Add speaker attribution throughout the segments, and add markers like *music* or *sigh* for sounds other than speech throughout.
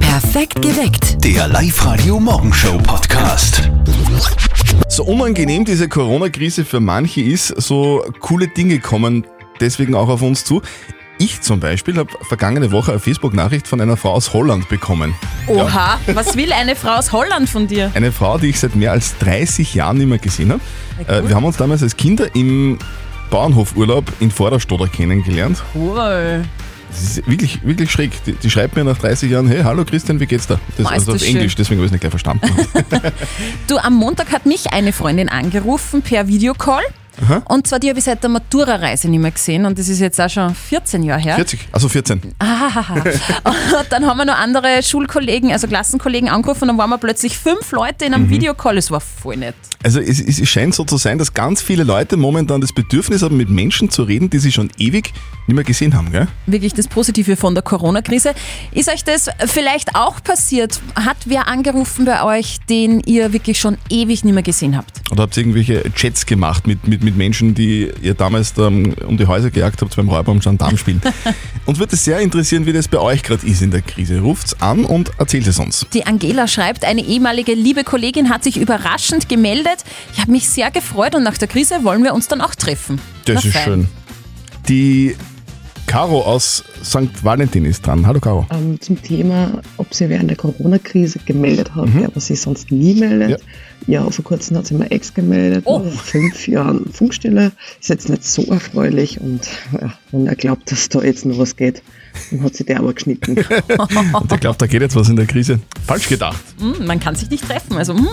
Speaker 1: Perfekt geweckt.
Speaker 2: Der Live-Radio Morgenshow Podcast.
Speaker 3: So unangenehm diese Corona-Krise für manche ist, so coole Dinge kommen deswegen auch auf uns zu. Ich zum Beispiel habe vergangene Woche eine Facebook-Nachricht von einer Frau aus Holland bekommen.
Speaker 4: Oha, was will eine Frau aus Holland von dir?
Speaker 3: Eine Frau, die ich seit mehr als 30 Jahren nicht mehr gesehen habe. Äh, wir haben uns damals als Kinder im Bauernhofurlaub in Vorderstoder kennengelernt.
Speaker 4: Cool.
Speaker 3: Das ist wirklich, wirklich schräg. Die, die schreibt mir nach 30 Jahren, hey, hallo Christian, wie geht's da? Das
Speaker 4: Mei, ist
Speaker 3: also auf
Speaker 4: das schön.
Speaker 3: Englisch, deswegen habe ich es nicht gleich
Speaker 4: *laughs*
Speaker 3: verstanden.
Speaker 4: Du, am Montag hat mich eine Freundin angerufen per Videocall. Und zwar die habe ich seit der Matura-Reise nicht mehr gesehen und das ist jetzt auch schon 14 Jahre her.
Speaker 3: 40, also 14.
Speaker 4: Ahaha. und dann haben wir noch andere Schulkollegen, also Klassenkollegen angerufen und dann waren wir plötzlich fünf Leute in einem Videocall. Es war voll nett.
Speaker 3: Also es, es scheint so zu sein, dass ganz viele Leute momentan das Bedürfnis haben, mit Menschen zu reden, die sie schon ewig nicht mehr gesehen haben, gell?
Speaker 4: Wirklich das Positive von der Corona-Krise. Ist euch das vielleicht auch passiert? Hat wer angerufen bei euch, den ihr wirklich schon ewig nicht mehr gesehen habt?
Speaker 3: Oder habt ihr irgendwelche Chats gemacht mit, mit, mit Menschen, die ihr damals ähm, um die Häuser gejagt habt beim Räuber um am *laughs* Gendarmspiel? Uns würde es sehr interessieren, wie das bei euch gerade ist in der Krise. Ruft's an und erzählt es uns.
Speaker 4: Die Angela schreibt, eine ehemalige liebe Kollegin hat sich überraschend gemeldet. Ich habe mich sehr gefreut und nach der Krise wollen wir uns dann auch treffen.
Speaker 3: Das
Speaker 4: Na
Speaker 3: ist
Speaker 4: fein.
Speaker 3: schön. Die Caro aus St. Valentin ist dran. Hallo Caro.
Speaker 5: ähm, zum Thema, ob sie während der Corona-Krise gemeldet hat, wer aber sie sonst nie meldet. Ja, vor kurzem hat sie mein Ex gemeldet,
Speaker 4: Oh.
Speaker 5: nach fünf Jahren Funkstille. Ist jetzt nicht so erfreulich und ja, wenn er glaubt, dass da jetzt noch was geht, dann hat sie der aber geschnitten.
Speaker 3: Und ich glaube, da geht jetzt was in der Krise. Falsch gedacht.
Speaker 4: Hm, man kann sich nicht treffen. Also, hm.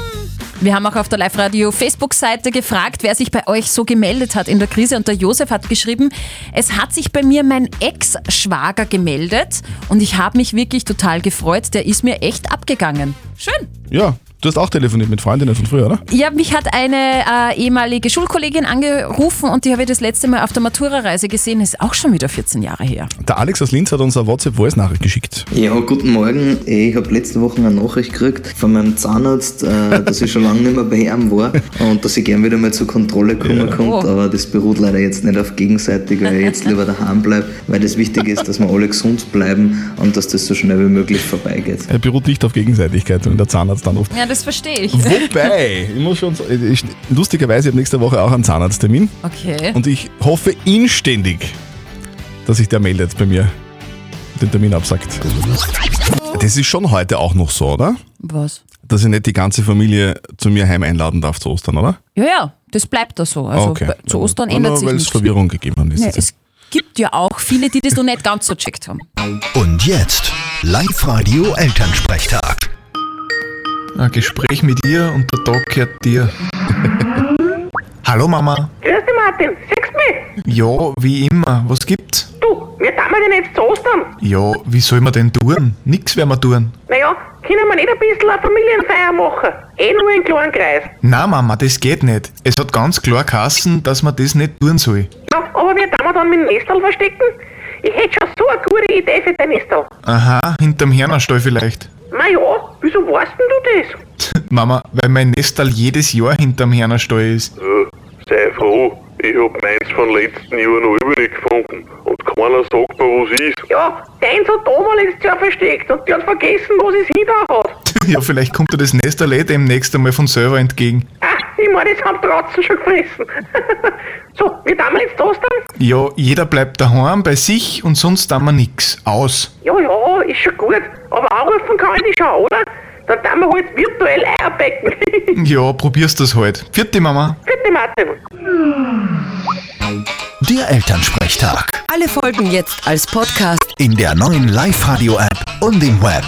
Speaker 4: Wir haben auch auf der Live-Radio Facebook-Seite gefragt, wer sich bei euch so gemeldet hat in der Krise. Und der Josef hat geschrieben, es hat sich bei mir mein Ex-Schwager gemeldet und ich habe mich wirklich total gefreut. Der ist mir echt abgegangen. Schön.
Speaker 3: Ja, du hast auch telefoniert mit Freundinnen von früher, oder?
Speaker 4: Ja, mich hat eine äh, ehemalige Schulkollegin angerufen und die habe ich das letzte Mal auf der Matura-Reise gesehen. Ist auch schon wieder 14 Jahre her.
Speaker 3: Der Alex aus Linz hat uns eine WhatsApp-Voice-Nachricht geschickt.
Speaker 6: Ja, guten Morgen. Ich habe letzte Woche eine Nachricht gekriegt von meinem Zahnarzt, äh, dass ich schon lange nicht mehr bei ihm war und dass ich gern wieder mal zur Kontrolle kommen konnte.
Speaker 4: Oh.
Speaker 6: Aber das beruht leider jetzt nicht auf gegenseitiger, ich jetzt lieber daheim bleibe, weil das Wichtige ist, dass wir alle gesund bleiben und dass das so schnell wie möglich vorbeigeht.
Speaker 3: Er beruht nicht auf Gegenseitigkeit, wenn der Zahnarzt anruft.
Speaker 4: Ja, das verstehe ich.
Speaker 3: Wobei, ich muss schon sagen, ich, lustigerweise, ich habe nächste Woche auch einen Zahnarzttermin
Speaker 4: Okay.
Speaker 3: und ich hoffe inständig, dass sich der meldet bei mir, und den Termin absagt. Das ist schon heute auch noch so, oder?
Speaker 4: Was?
Speaker 3: Dass ich nicht die ganze Familie zu mir heim einladen darf zu Ostern, oder?
Speaker 4: Ja, ja, das bleibt da so. Also bei- zu Ostern
Speaker 3: Nur
Speaker 4: ändert sich
Speaker 3: Weil es
Speaker 4: nichts.
Speaker 3: Verwirrung gegeben hat.
Speaker 4: Ja,
Speaker 3: Ja,
Speaker 4: es gibt ja auch viele, die das noch nicht ganz so checkt haben.
Speaker 2: Und jetzt Live-Radio Elternsprechtag.
Speaker 7: Ein Gespräch mit ihr und der Tag gehört dir. *laughs* Hallo Mama.
Speaker 8: Grüß dich, Martin. Siehst du mich?
Speaker 7: Ja, wie immer. Was gibt's?
Speaker 8: Du, wir tun wir denn jetzt zu Ostern?
Speaker 7: Ja, wie soll man denn tun? Nix werden wir tun.
Speaker 8: Naja, können wir nicht ein bisschen eine Familienfeier machen? Eh nur in kleinen Kreis.
Speaker 7: Na Mama, das geht nicht. Es hat ganz klar geheißen, dass man das nicht tun soll.
Speaker 8: Ja, aber wir tun wir dann mit dem Nestal verstecken? Ich hätte schon so eine gute Idee für dein Nestal.
Speaker 7: Aha, hinterm Hernerstall vielleicht. *laughs*
Speaker 8: Na ja, wieso weißt denn du das?
Speaker 7: Mama, weil mein Nestal jedes Jahr hinterm Hernerstall ist. *laughs*
Speaker 9: Sei froh, ich hab meins von letzten Jahr noch übrig gefunden und keiner sagt mir, was ist.
Speaker 8: Ja, deins hat Oma letztes Jahr versteckt und die hat vergessen, was es hinterher hat.
Speaker 7: ja, vielleicht kommt dir das Nestal eh demnächst einmal von selber entgegen.
Speaker 8: Ah, ich meine, das haben die Ratzen schon gefressen. *laughs* so, wir tun wir jetzt zu Ostern?
Speaker 7: Ja, jeder bleibt daheim bei sich und sonst tun wir nix. Aus.
Speaker 8: Ja, ja, ist schon gut. Aber anrufen kann ich dich schon, oder? Dann tun wir halt virtuell *laughs* Eierbecken.
Speaker 7: Ja, probierst das halt. Vierte Mama.
Speaker 8: Bitte, Martin.
Speaker 2: Der Elternsprechtag.
Speaker 1: Alle Folgen jetzt als Podcast.
Speaker 2: In der neuen Live-Radio-App und im Web.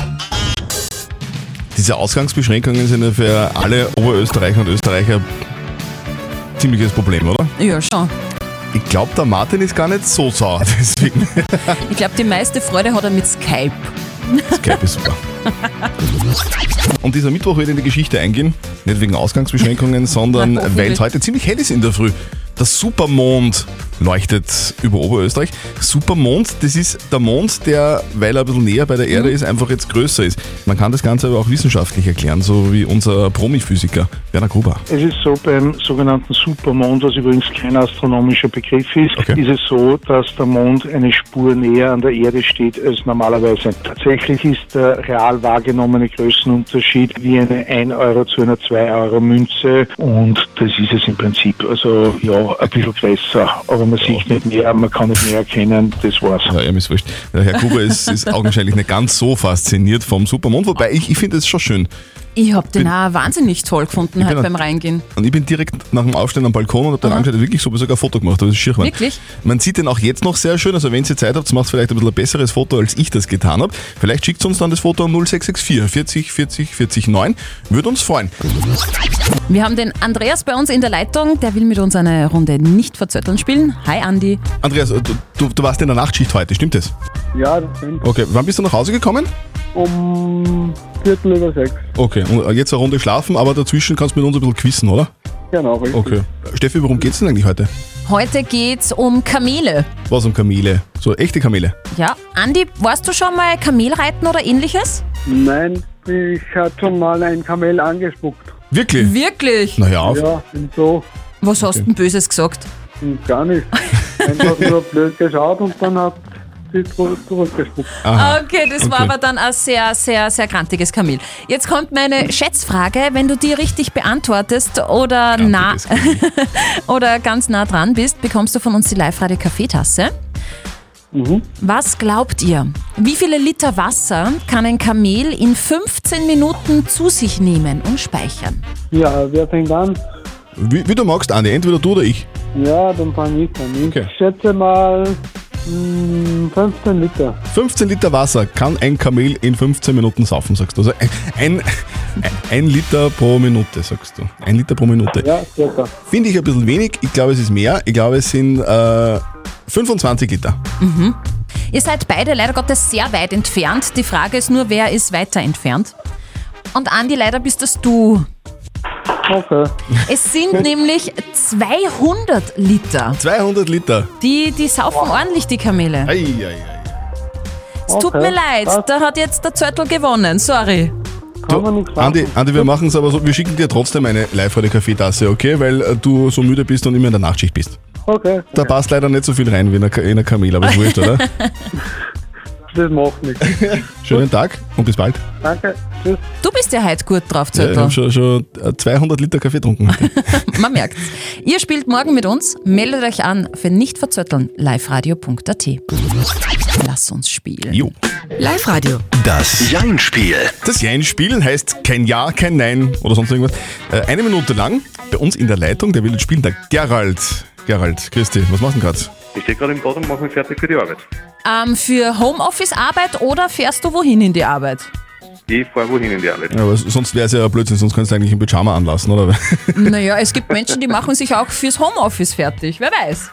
Speaker 3: Diese Ausgangsbeschränkungen sind ja für alle Oberösterreicher und Österreicher ein ziemliches Problem, oder?
Speaker 4: Ja, schon.
Speaker 3: Ich glaube, der Martin ist gar nicht so sauer, *laughs* deswegen.
Speaker 4: Ich glaube, die meiste Freude hat er mit Skype.
Speaker 3: Skype ist super. Und dieser Mittwoch wird in die Geschichte eingehen. *laughs* Nicht wegen Ausgangsbeschränkungen, sondern
Speaker 4: Na, hoffentlich.
Speaker 3: weil es heute ziemlich hell ist in der Früh. Der Supermond leuchtet über Oberösterreich. Supermond, das ist der Mond, der, weil er ein bisschen näher bei der Erde ist, einfach jetzt größer ist. Man kann das Ganze aber auch wissenschaftlich erklären, so wie unser Promi-Physiker Werner Gruber.
Speaker 10: Es ist so, beim sogenannten Supermond, was übrigens kein astronomischer Begriff ist,
Speaker 3: Okay.
Speaker 10: ist es so, dass der Mond eine Spur näher an der Erde steht als normalerweise. Tatsächlich ist der real wahrgenommene Größenunterschied wie eine 1 Euro zu einer 2 Euro Münze und das ist es im Prinzip. Also ja, ein bisschen größer, aber man sieht nicht mehr, man kann nicht mehr erkennen, das war's.
Speaker 3: Ja, ja, mir ist wurscht. Der Herr Gruber ist, ist augenscheinlich nicht ganz so fasziniert vom Supermond, wobei ich, ich finde es schon schön.
Speaker 4: Ich habe den auch wahnsinnig toll gefunden
Speaker 3: bin
Speaker 4: halt
Speaker 3: ein-
Speaker 4: beim Reingehen.
Speaker 3: Und ich bin direkt nach dem Aufstehen am Balkon und habe dann angeschaut, wirklich so sogar ein Foto gemacht, aber das ist schier geworden.
Speaker 4: Wirklich?
Speaker 3: Man sieht den auch jetzt noch sehr schön, also wenn ihr Zeit habt, macht vielleicht ein bisschen ein besseres Foto, als ich das getan habe. Vielleicht schickt uns dann das Foto um 0664 40 40 40 9. Würde uns freuen.
Speaker 4: Wir haben den Andreas bei uns in der Leitung, der will mit uns eine Runde nicht verzötteln spielen. Hi Andi.
Speaker 3: Andreas, äh, du, du, du warst in der Nachtschicht heute, stimmt das?
Speaker 10: Ja, das sind
Speaker 3: Okay, wann bist du nach Hause gekommen?
Speaker 10: um Viertel über sechs.
Speaker 3: Okay, und äh, jetzt eine Runde schlafen, aber dazwischen kannst du mit uns ein bisschen quizzen, oder?
Speaker 10: Genau,
Speaker 3: Okay. Steffi, worum geht's denn eigentlich heute?
Speaker 4: Heute geht's um Kamele.
Speaker 3: Was um Kamele? So echte Kamele.
Speaker 4: Ja, Andi, warst du schon mal Kamelreiten oder ähnliches?
Speaker 10: Nein, ich hatte schon mal ein Kamel angespuckt.
Speaker 3: Wirklich?
Speaker 4: Wirklich?
Speaker 3: Naja, auf.
Speaker 10: Ja, und so.
Speaker 4: Was hast du denn Böses gesagt?
Speaker 10: Und gar nicht. Einfach nur blöd geschaut und dann hat sie zurück- zurückgespuckt.
Speaker 3: Aha.
Speaker 4: Ah, Okay, das war
Speaker 3: Okay.
Speaker 4: aber dann ein sehr, sehr, sehr grantiges Kamel. Jetzt kommt meine Schätzfrage. Wenn du die richtig beantwortest
Speaker 3: Ah,
Speaker 4: oder, nah,
Speaker 3: Grantiges Kamel.
Speaker 4: *laughs* oder ganz nah dran bist, bekommst du von uns die Live-Radio-Kaffeetasse. Mhm. Was glaubt ihr? Wie viele Liter Wasser kann ein Kamel in 15 Minuten zu sich nehmen und speichern?
Speaker 10: Ja, wer fängt an?
Speaker 3: Wie, wie du magst, Andi, entweder du oder ich.
Speaker 10: Ja, dann fange ich an. Ich
Speaker 3: Okay.
Speaker 10: schätze mal mh, 15 Liter.
Speaker 3: 15 Liter Wasser kann ein Kamel in 15 Minuten saufen, sagst du. Also ein, ein, ein Liter pro Minute, sagst du. Ein Liter pro Minute.
Speaker 10: Ja, circa.
Speaker 3: Finde ich ein bisschen wenig. Ich glaube, es ist mehr. Ich glaube, es sind äh, 25 Liter.
Speaker 4: Ihr seid beide leider Gottes sehr weit entfernt. Die Frage ist nur, wer ist weiter entfernt? Und Andi, leider bist das du.
Speaker 10: Okay.
Speaker 4: Es sind nämlich 200 Liter.
Speaker 3: 200 Liter.
Speaker 4: Die, die saufen ordentlich, die Kamele.
Speaker 3: Ei, ei, ei.
Speaker 4: Es tut
Speaker 10: Okay.
Speaker 4: mir leid,
Speaker 10: Was?
Speaker 4: da hat jetzt der Zörtel gewonnen, sorry.
Speaker 10: Kann man nichts machen.
Speaker 3: Andi, Andi, wir machen es aber so, wir schicken dir trotzdem eine Live-Radio-Kaffeetasse, okay? Weil äh, du so müde bist und immer in der Nachtschicht bist.
Speaker 10: Okay,
Speaker 3: Da passt leider nicht so viel rein wie in der, Ka- in der Kamel, aber ist wurscht, oder?
Speaker 10: *laughs* das macht nichts.
Speaker 3: *laughs* Schönen Tag und bis bald.
Speaker 10: Danke, tschüss.
Speaker 4: Du bist ja heute gut drauf,
Speaker 3: Ja, ich
Speaker 4: Zörtel.
Speaker 3: habe schon, schon äh, 200 Liter Kaffee getrunken. heute.
Speaker 4: Man merkt's. Ihr spielt morgen mit uns, meldet euch an für nicht verzötteln, liveradio.at. Lass uns spielen.
Speaker 3: jo.
Speaker 1: Live-Radio.
Speaker 2: Das Jein-Spiel.
Speaker 3: *laughs* Das Jein-Spielen heißt kein Ja, kein Nein oder sonst irgendwas. Äh, eine Minute lang bei uns in der Leitung, der will jetzt spielen, der Gerald. Gerald, Christi, was machst du denn gerade?
Speaker 9: Ich stehe gerade im Bad und mache mich fertig für die Arbeit.
Speaker 4: Ähm, für Homeoffice-Arbeit oder fährst du wohin in die Arbeit?
Speaker 9: Ich fahre wohin in die Arbeit.
Speaker 3: Ja, aber s- sonst wäre es ja Blödsinn, sonst könntest du eigentlich einen Pyjama anlassen, oder? *laughs*
Speaker 4: Naja, es gibt Menschen, die machen sich auch fürs Homeoffice fertig, wer weiß.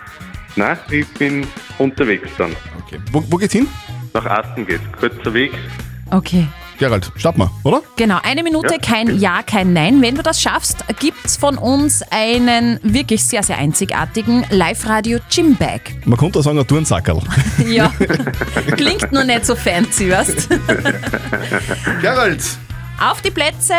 Speaker 9: Nein, ich bin unterwegs dann.
Speaker 3: Okay. Wo, wo geht's hin?
Speaker 9: Nach Asten geht's. Kurzer Weg.
Speaker 4: Okay.
Speaker 3: Gerald, starten wir, oder?
Speaker 4: Genau, eine Minute,
Speaker 9: Ja.
Speaker 4: kein Ja, kein Nein. Wenn du das schaffst, gibt's von uns einen wirklich sehr, sehr einzigartigen Live-Radio-Gymbag.
Speaker 3: Man könnte auch sagen, ein Turnsackerl.
Speaker 4: Ja, *laughs* klingt nur nicht so fancy, weißt
Speaker 3: *laughs* Gerald!
Speaker 4: Auf die Plätze,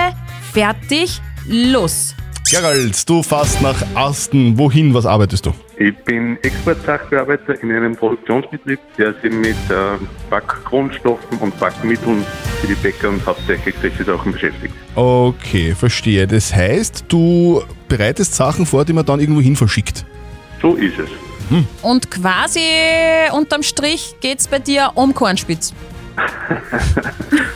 Speaker 4: fertig, los.
Speaker 3: Gerald, du fährst nach Asten. Wohin, was arbeitest du?
Speaker 9: Ich bin Exportsachbearbeiter in einem Produktionsbetrieb, der sich mit äh, Backgrundstoffen und Backmitteln für die Bäcker und hauptsächlich solche Sachen beschäftigt.
Speaker 3: Okay, verstehe. Das heißt, du bereitest Sachen vor, die man dann irgendwo hin verschickt.
Speaker 9: So ist es.
Speaker 4: Und quasi unterm Strich geht's bei dir um Kornspitz.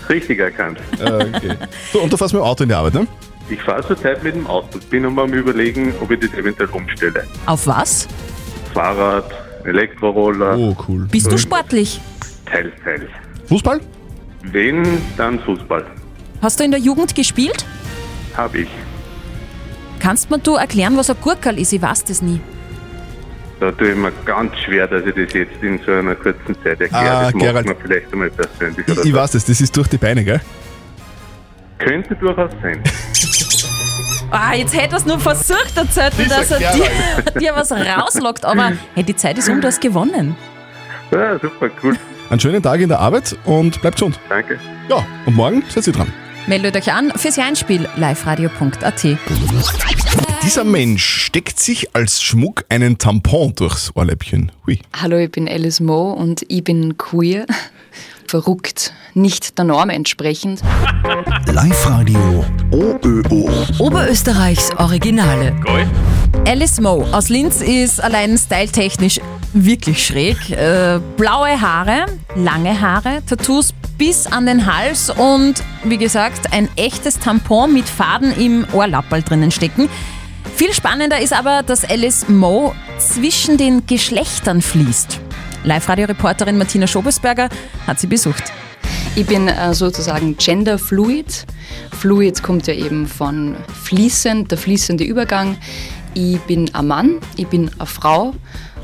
Speaker 9: Richtig erkannt.
Speaker 3: Okay. So, und du fährst mit dem Auto in die Arbeit, ne?
Speaker 9: Ich fahre zurzeit mit dem Auto. Bin aber am Überlegen, ob ich das eventuell umstelle.
Speaker 4: Auf was?
Speaker 9: Fahrrad, Elektroroller,
Speaker 3: Oh, cool.
Speaker 4: Bist du sportlich?
Speaker 9: teils, teils.
Speaker 3: Fußball?
Speaker 9: Wenn, dann Fußball.
Speaker 4: Hast du in der Jugend gespielt?
Speaker 9: Hab ich.
Speaker 4: Kannst mir du erklären, was ein Gurkerl ist? Ich weiß das nie.
Speaker 9: Da tue ich mir ganz schwer, dass ich das jetzt in so einer kurzen Zeit erkläre.
Speaker 3: Ah,
Speaker 9: das
Speaker 3: Gerald.
Speaker 9: macht man vielleicht einmal persönlich.
Speaker 3: Ich,
Speaker 9: Oder
Speaker 3: ich
Speaker 9: so.
Speaker 3: weiß das, das ist durch die Beine, gell? *laughs*
Speaker 9: Könnte durchaus sein.
Speaker 4: Ah, jetzt hätte er es nur versucht erzählt,
Speaker 3: Dieser
Speaker 4: dass er
Speaker 3: Kerl.
Speaker 4: dir, *laughs* dir was rauslockt, aber *laughs* hey, die Zeit ist um, du hast gewonnen.
Speaker 9: Ja, super, cool.
Speaker 3: Einen schönen Tag in der Arbeit und bleibt gesund.
Speaker 9: Danke.
Speaker 3: Ja, und morgen seid ihr dran.
Speaker 4: Meldet euch an fürs Einspiel liveradio.at.
Speaker 3: Dieser Mensch steckt sich als Schmuck einen Tampon durchs Ohrläppchen. Hui.
Speaker 11: Hallo, ich bin Alice Mo und ich bin queer, verrückt, nicht der Norm entsprechend.
Speaker 2: Live-Radio OÖO.
Speaker 1: Oberösterreichs Originale.
Speaker 4: Alice Moe aus Linz ist allein styletechnisch wirklich schräg. Äh, blaue Haare, lange Haare, Tattoos bis an den Hals und wie gesagt ein echtes Tampon mit Faden im Ohrlappal drinnen stecken. Viel spannender ist aber, dass Alice Moe zwischen den Geschlechtern fließt. Live-Radio-Reporterin Martina Schobesberger hat sie besucht.
Speaker 11: Ich bin äh, sozusagen genderfluid. Fluid kommt ja eben von fließend, der fließende Übergang. Ich bin ein Mann, ich bin eine Frau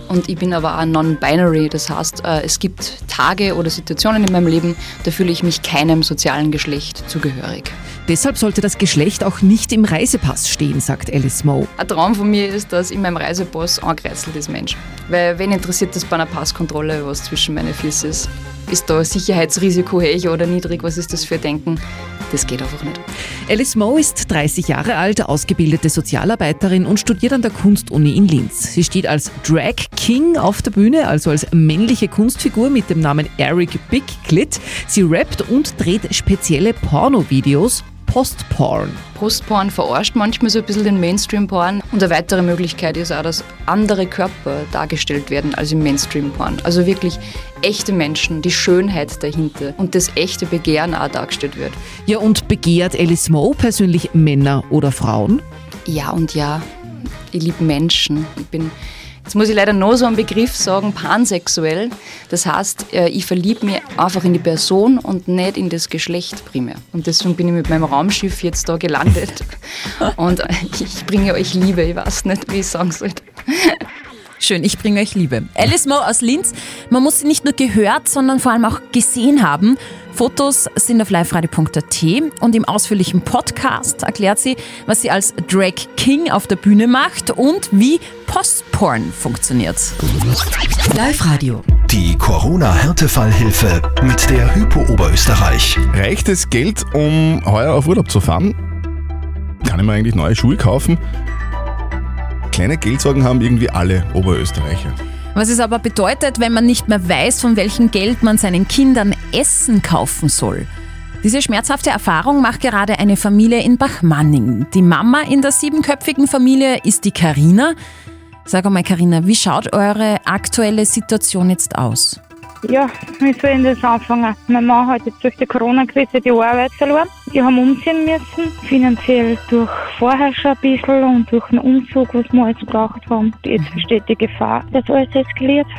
Speaker 11: und ich bin aber auch non-binary. Das heißt, äh, es gibt Tage oder Situationen in meinem Leben, da fühle ich mich keinem sozialen Geschlecht zugehörig.
Speaker 12: Deshalb sollte das Geschlecht auch nicht im Reisepass stehen, sagt Alice Moe.
Speaker 11: Ein Traum von mir ist, dass in meinem Reisepass angekreiselt ist Mensch. Weil wen interessiert das bei einer Passkontrolle, was zwischen meine Füße ist? Ist da Sicherheitsrisiko hoch oder niedrig? Was ist das für ein Denken? Das geht einfach nicht.
Speaker 12: Alice Moe ist 30 Jahre alt, ausgebildete Sozialarbeiterin und studiert an der Kunstuni in Linz. Sie steht als Drag King auf der Bühne, also als männliche Kunstfigur mit dem Namen Eric Big Clit. Sie rappt und dreht spezielle Pornovideos, Postporn.
Speaker 11: Brustporn verarscht manchmal so ein bisschen den Mainstream-Porn. Und eine weitere Möglichkeit ist auch, dass andere Körper dargestellt werden als im Mainstream-Porn. Also wirklich echte Menschen, die Schönheit dahinter und das echte Begehren auch dargestellt wird.
Speaker 12: Ja, und begehrt Alice Moe persönlich Männer oder Frauen?
Speaker 11: Ja und ja, ich liebe Menschen. Ich bin, jetzt muss ich leider nur so einen Begriff sagen, pansexuell. Das heißt, äh, ich verliebe mich einfach in die Person und nicht in das Geschlecht primär. Und deswegen bin ich mit meinem Raumschiff jetzt da gelandet. Und äh, ich bringe euch Liebe, ich weiß nicht, wie ich sagen soll.
Speaker 4: Schön, ich bringe euch Liebe. Alice Moe aus Linz. Man muss sie nicht nur gehört, sondern vor allem auch gesehen haben. Fotos sind auf liveradio.at und im ausführlichen Podcast erklärt sie, was sie als Drag King auf der Bühne macht und wie Postporn funktioniert.
Speaker 1: Live-Radio.
Speaker 2: Die Corona-Härtefallhilfe mit der Hypo Oberösterreich.
Speaker 3: Reicht es Geld, um heuer auf Urlaub zu fahren? Kann ich mir eigentlich neue Schuhe kaufen? Kleine Geldsorgen haben irgendwie alle Oberösterreicher.
Speaker 4: Was es aber bedeutet, wenn man nicht mehr weiß, von welchem Geld man seinen Kindern Essen kaufen soll. Diese schmerzhafte Erfahrung macht gerade eine Familie in Bachmanning. Die Mama in der siebenköpfigen Familie ist die Karina. Sag einmal, Karina, wie schaut eure aktuelle Situation jetzt aus?
Speaker 13: Ja, wie soll ich denn das anfangen? Mein Mann hat jetzt durch die Corona-Krise die Arbeit verloren. Die haben umziehen müssen, finanziell durch vorher schon ein bisschen und durch den Umzug, was wir alles gebraucht haben. Jetzt besteht die Gefahr, dass alles eskaliert. *laughs*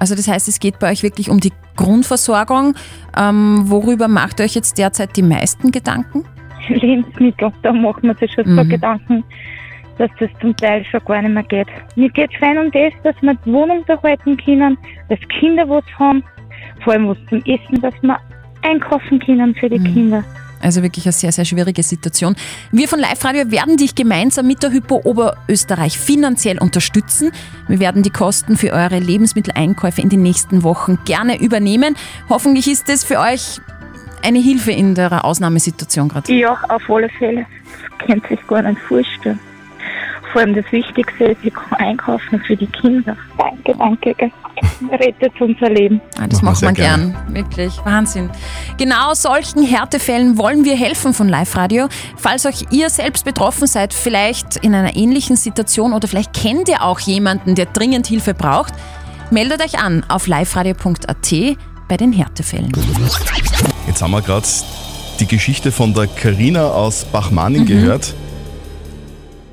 Speaker 4: Also das heißt, es geht bei euch wirklich um die Grundversorgung. Ähm, worüber macht ihr euch jetzt derzeit die meisten Gedanken?
Speaker 13: Lebensmittel, da macht man sich schon so
Speaker 4: Mhm.
Speaker 13: Gedanken, dass das zum Teil schon gar nicht mehr geht. Mir geht es rein um das, dass wir die Wohnung unterhalten können, dass Kinder was haben, vor allem was zum Essen, dass wir einkaufen können für die Kinder.
Speaker 4: Also wirklich eine sehr, sehr schwierige Situation. Wir von Live Radio werden dich gemeinsam mit der Hypo Oberösterreich finanziell unterstützen. Wir werden die Kosten für eure Lebensmitteleinkäufe in den nächsten Wochen gerne übernehmen. Hoffentlich ist es für euch eine Hilfe in der Ausnahmesituation gerade.
Speaker 13: Ja, auf alle Fälle. Das kann sich gar nicht vorstellen. Vor allem das Wichtigste ist, ich kann einkaufen für die Kinder. Danke, danke. gell. Rettet unser Leben.
Speaker 4: Ah, das macht man gern. Wirklich. Wahnsinn. Genau solchen Härtefällen wollen wir helfen von Live Radio. Falls euch ihr selbst betroffen seid, vielleicht in einer ähnlichen Situation oder vielleicht kennt ihr auch jemanden, der dringend Hilfe braucht, meldet euch an auf liveradio.at bei den Härtefällen.
Speaker 3: Jetzt haben wir gerade die Geschichte von der Karina aus Bachmanning
Speaker 4: Mhm.
Speaker 3: gehört.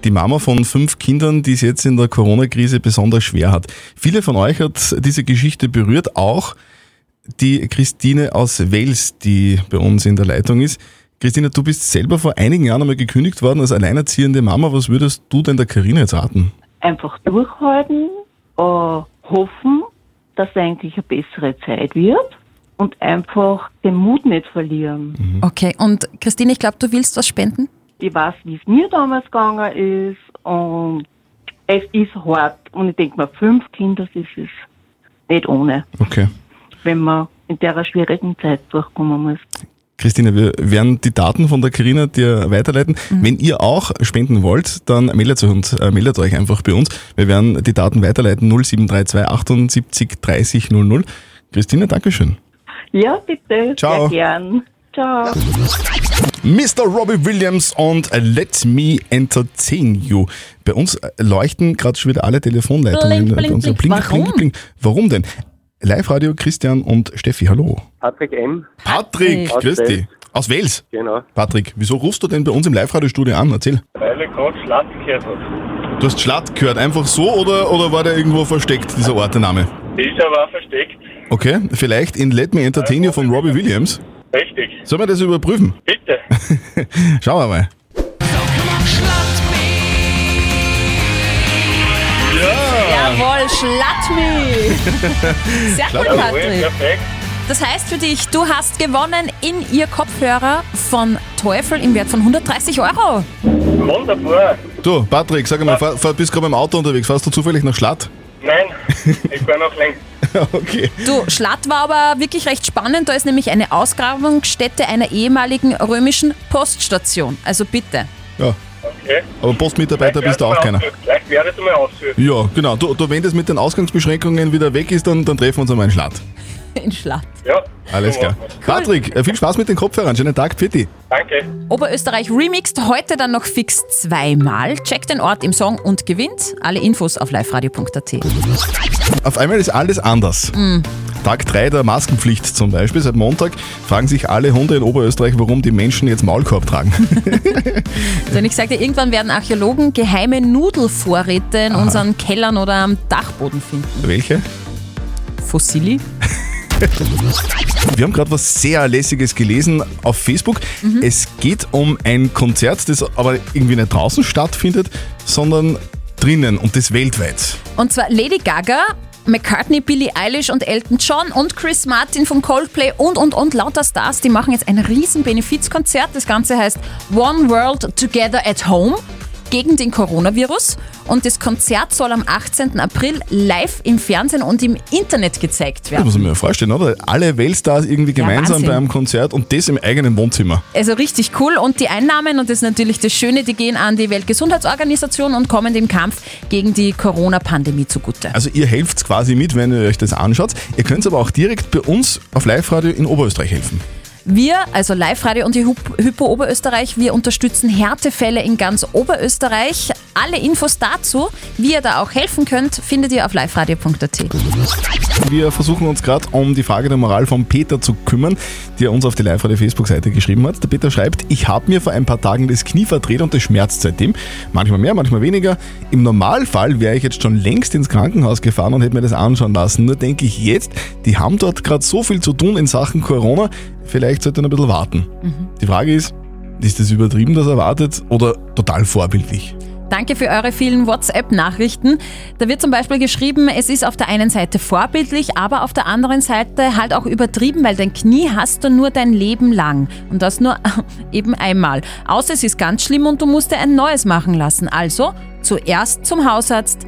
Speaker 3: Die Mama von fünf Kindern, die es jetzt in der Corona-Krise besonders schwer hat. Viele von euch hat diese Geschichte berührt, auch die Christine aus Wels, die bei uns in der Leitung ist. Christine, du bist selber vor einigen Jahren einmal gekündigt worden als alleinerziehende Mama. Was würdest du denn der Karina jetzt raten?
Speaker 14: einfach durchhalten, äh, hoffen, dass eigentlich eine bessere Zeit wird und einfach den Mut nicht verlieren.
Speaker 4: Okay, und Christine, ich glaube, du willst was spenden?
Speaker 14: Ich weiß, wie es mir damals gegangen ist und es ist hart. Und ich denke mir, fünf Kinder, das ist nicht ohne,
Speaker 3: Okay.
Speaker 14: wenn man in der schwierigen Zeit durchkommen muss.
Speaker 3: Christine, wir werden die Daten von der Karina dir weiterleiten. Wenn ihr auch spenden wollt, dann meldet euch, und, äh, meldet euch einfach bei uns. Wir werden die Daten weiterleiten 0732 78 30 00. Christine, Dankeschön.
Speaker 14: Ja, bitte.
Speaker 3: Ciao.
Speaker 14: Sehr gern. Ciao.
Speaker 3: Mr. Robbie Williams und Let Me Entertain You. Bei uns äh, leuchten gerade schon wieder alle Telefonleitungen.
Speaker 15: Bling, bling,
Speaker 3: Und so
Speaker 15: bling. Warum?
Speaker 3: Warum denn? Live-Radio Christian und Steffi, hallo.
Speaker 15: Patrick M.
Speaker 3: Patrick,
Speaker 15: Aus
Speaker 3: grüß
Speaker 15: Wels.
Speaker 3: dich. Aus Wales.
Speaker 15: Genau.
Speaker 3: Patrick, wieso rufst du denn bei uns im Live-Radio-Studio an? Erzähl.
Speaker 15: Weil ich gerade Schlatt gehört habe.
Speaker 3: Du hast Schlatt gehört, einfach so oder, oder war der irgendwo versteckt, dieser Ort, der Name?
Speaker 15: Ist aber auch versteckt.
Speaker 3: Okay, vielleicht in Let Me Entertain You von Robbie Williams.
Speaker 15: Richtig.
Speaker 3: Sollen wir das überprüfen?
Speaker 15: Bitte.
Speaker 3: Schauen wir mal.
Speaker 4: Jawohl, schlatt mich! *laughs* Sehr gut,
Speaker 3: Schlatt mich.
Speaker 4: Patrick.
Speaker 15: Perfekt.
Speaker 4: Das heißt für dich, du hast gewonnen in ihr Kopfhörer von Teufel im Wert von 130 Euro.
Speaker 15: Wunderbar.
Speaker 3: Du, Patrick, sag mal, fahr, fahr, bist gerade im Auto unterwegs, fährst du zufällig nach Schlatt? *laughs*
Speaker 15: Nein, ich war noch längst.
Speaker 3: okay.
Speaker 4: Du, Schlatt war aber wirklich recht spannend. Da ist nämlich eine Ausgrabungsstätte einer ehemaligen römischen Poststation. Also bitte. *laughs*
Speaker 3: Ja.
Speaker 15: Okay.
Speaker 3: Aber Postmitarbeiter bist du auch keiner.
Speaker 15: Gleich werde ich mal ausführen.
Speaker 3: Ja, genau. Du, du, wenn das mit den Ausgangsbeschränkungen wieder weg ist, dann, dann treffen wir uns einmal in Schlatt.
Speaker 4: In Schlatt.
Speaker 15: Ja.
Speaker 3: Alles klar. Patrick, äh, viel Spaß mit den Kopfhörern. Schönen Tag, Pitti.
Speaker 15: Danke.
Speaker 4: Oberösterreich remixt heute dann noch fix zweimal. Checkt den Ort im Song und gewinnt. Alle Infos auf liveradio.at.
Speaker 3: Auf einmal ist alles anders.
Speaker 4: Mm.
Speaker 3: Tag 3 der Maskenpflicht zum Beispiel. Seit Montag fragen sich alle Hunde in Oberösterreich, warum die Menschen jetzt Maulkorb tragen. *laughs*
Speaker 4: Denn Also ich sagte, irgendwann werden Archäologen geheime Nudelvorräte in unseren Kellern oder am Dachboden finden.
Speaker 3: Welche?
Speaker 4: Fossili.
Speaker 3: Wir haben gerade was sehr Lässiges gelesen auf Facebook. Es geht um ein Konzert, das aber irgendwie nicht draußen stattfindet, sondern drinnen und das weltweit.
Speaker 4: Und zwar Lady Gaga, McCartney, Billie Eilish und Elton John und Chris Martin von Coldplay und, und, und lauter Stars. Die machen jetzt ein riesen Benefizkonzert. Das Ganze heißt One World Together at Home gegen den Coronavirus. Und das Konzert soll am 18. April live im Fernsehen und im Internet gezeigt
Speaker 3: Das muss
Speaker 4: werden.
Speaker 3: ich mir vorstellen, oder? Alle Weltstars irgendwie gemeinsam
Speaker 4: Wahnsinn.
Speaker 3: bei einem Konzert und das im eigenen Wohnzimmer.
Speaker 4: Also richtig cool und die Einnahmen, und das ist natürlich das Schöne, die gehen an die Weltgesundheitsorganisation und kommen dem Kampf gegen die Corona-Pandemie zugute.
Speaker 3: Also ihr helft quasi mit, wenn ihr euch das anschaut. Ihr könnt aber auch direkt bei uns auf Live-Radio in Oberösterreich helfen.
Speaker 4: Wir, also Live Radio und die Hup- Hypo Oberösterreich, wir unterstützen Härtefälle in ganz Oberösterreich. Alle Infos dazu, wie ihr da auch helfen könnt, findet ihr auf liveradio.at.
Speaker 3: Wir versuchen uns gerade um die Frage der Moral von Peter zu kümmern, der uns auf die live der Facebook-Seite geschrieben hat. Der Peter schreibt, ich habe mir vor ein paar Tagen das Knie verdreht und das schmerzt seitdem. Manchmal mehr, manchmal weniger. Im Normalfall wäre ich jetzt schon längst ins Krankenhaus gefahren und hätte mir das anschauen lassen. Nur denke ich jetzt, die haben dort gerade so viel zu tun in Sachen Corona, vielleicht sollte man ein bisschen warten. Die Frage ist, ist das übertrieben, das erwartet, oder total vorbildlich?
Speaker 4: Danke für eure vielen WhatsApp-Nachrichten. Da wird zum Beispiel geschrieben, es ist auf der einen Seite vorbildlich, aber auf der anderen Seite halt auch übertrieben, weil dein Knie hast du nur dein Leben lang. Und das nur *laughs* eben einmal. Außer es ist ganz schlimm und du musst dir ein neues machen lassen. Also zuerst zum Hausarzt,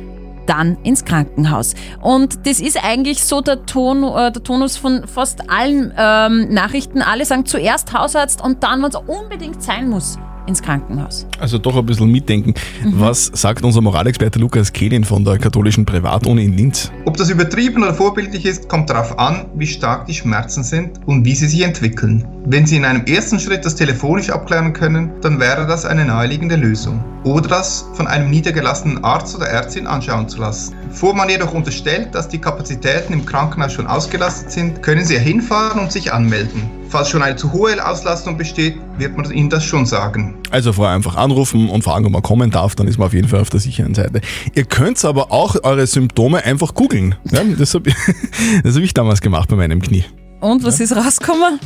Speaker 4: dann ins Krankenhaus. Und das ist eigentlich so der, Ton, äh, der Tonus von fast allen ähm, Nachrichten. Alle sagen zuerst Hausarzt und dann, wenn es unbedingt sein muss, ins Krankenhaus.
Speaker 3: Also doch ein bisschen mitdenken. Was sagt unser Moralexperte Lukas Kehlin von der katholischen Privatuni in Linz?
Speaker 16: Ob das übertrieben oder vorbildlich ist, kommt darauf an, wie stark die Schmerzen sind und wie sie sich entwickeln. Wenn Sie in einem ersten Schritt das telefonisch abklären können, dann wäre das eine naheliegende Lösung. Oder das von einem niedergelassenen Arzt oder Ärztin anschauen zu lassen. Bevor man jedoch unterstellt, dass die Kapazitäten im Krankenhaus schon ausgelastet sind, können Sie hinfahren und sich anmelden. Falls schon eine zu hohe Auslastung besteht, wird man Ihnen das schon sagen.
Speaker 3: Also vorher einfach anrufen und fragen, ob man kommen darf, dann ist man auf jeden Fall auf der sicheren Seite. Ihr könnt aber auch eure Symptome einfach googeln. Ja, *laughs* das habe hab ich damals gemacht bei meinem Knie.
Speaker 4: Und was ist rausgekommen?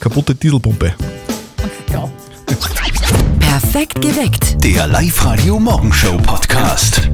Speaker 3: Kaputte Dieselpumpe.
Speaker 1: Perfekt geweckt.
Speaker 2: Der Live-Radio Morgenshow Podcast.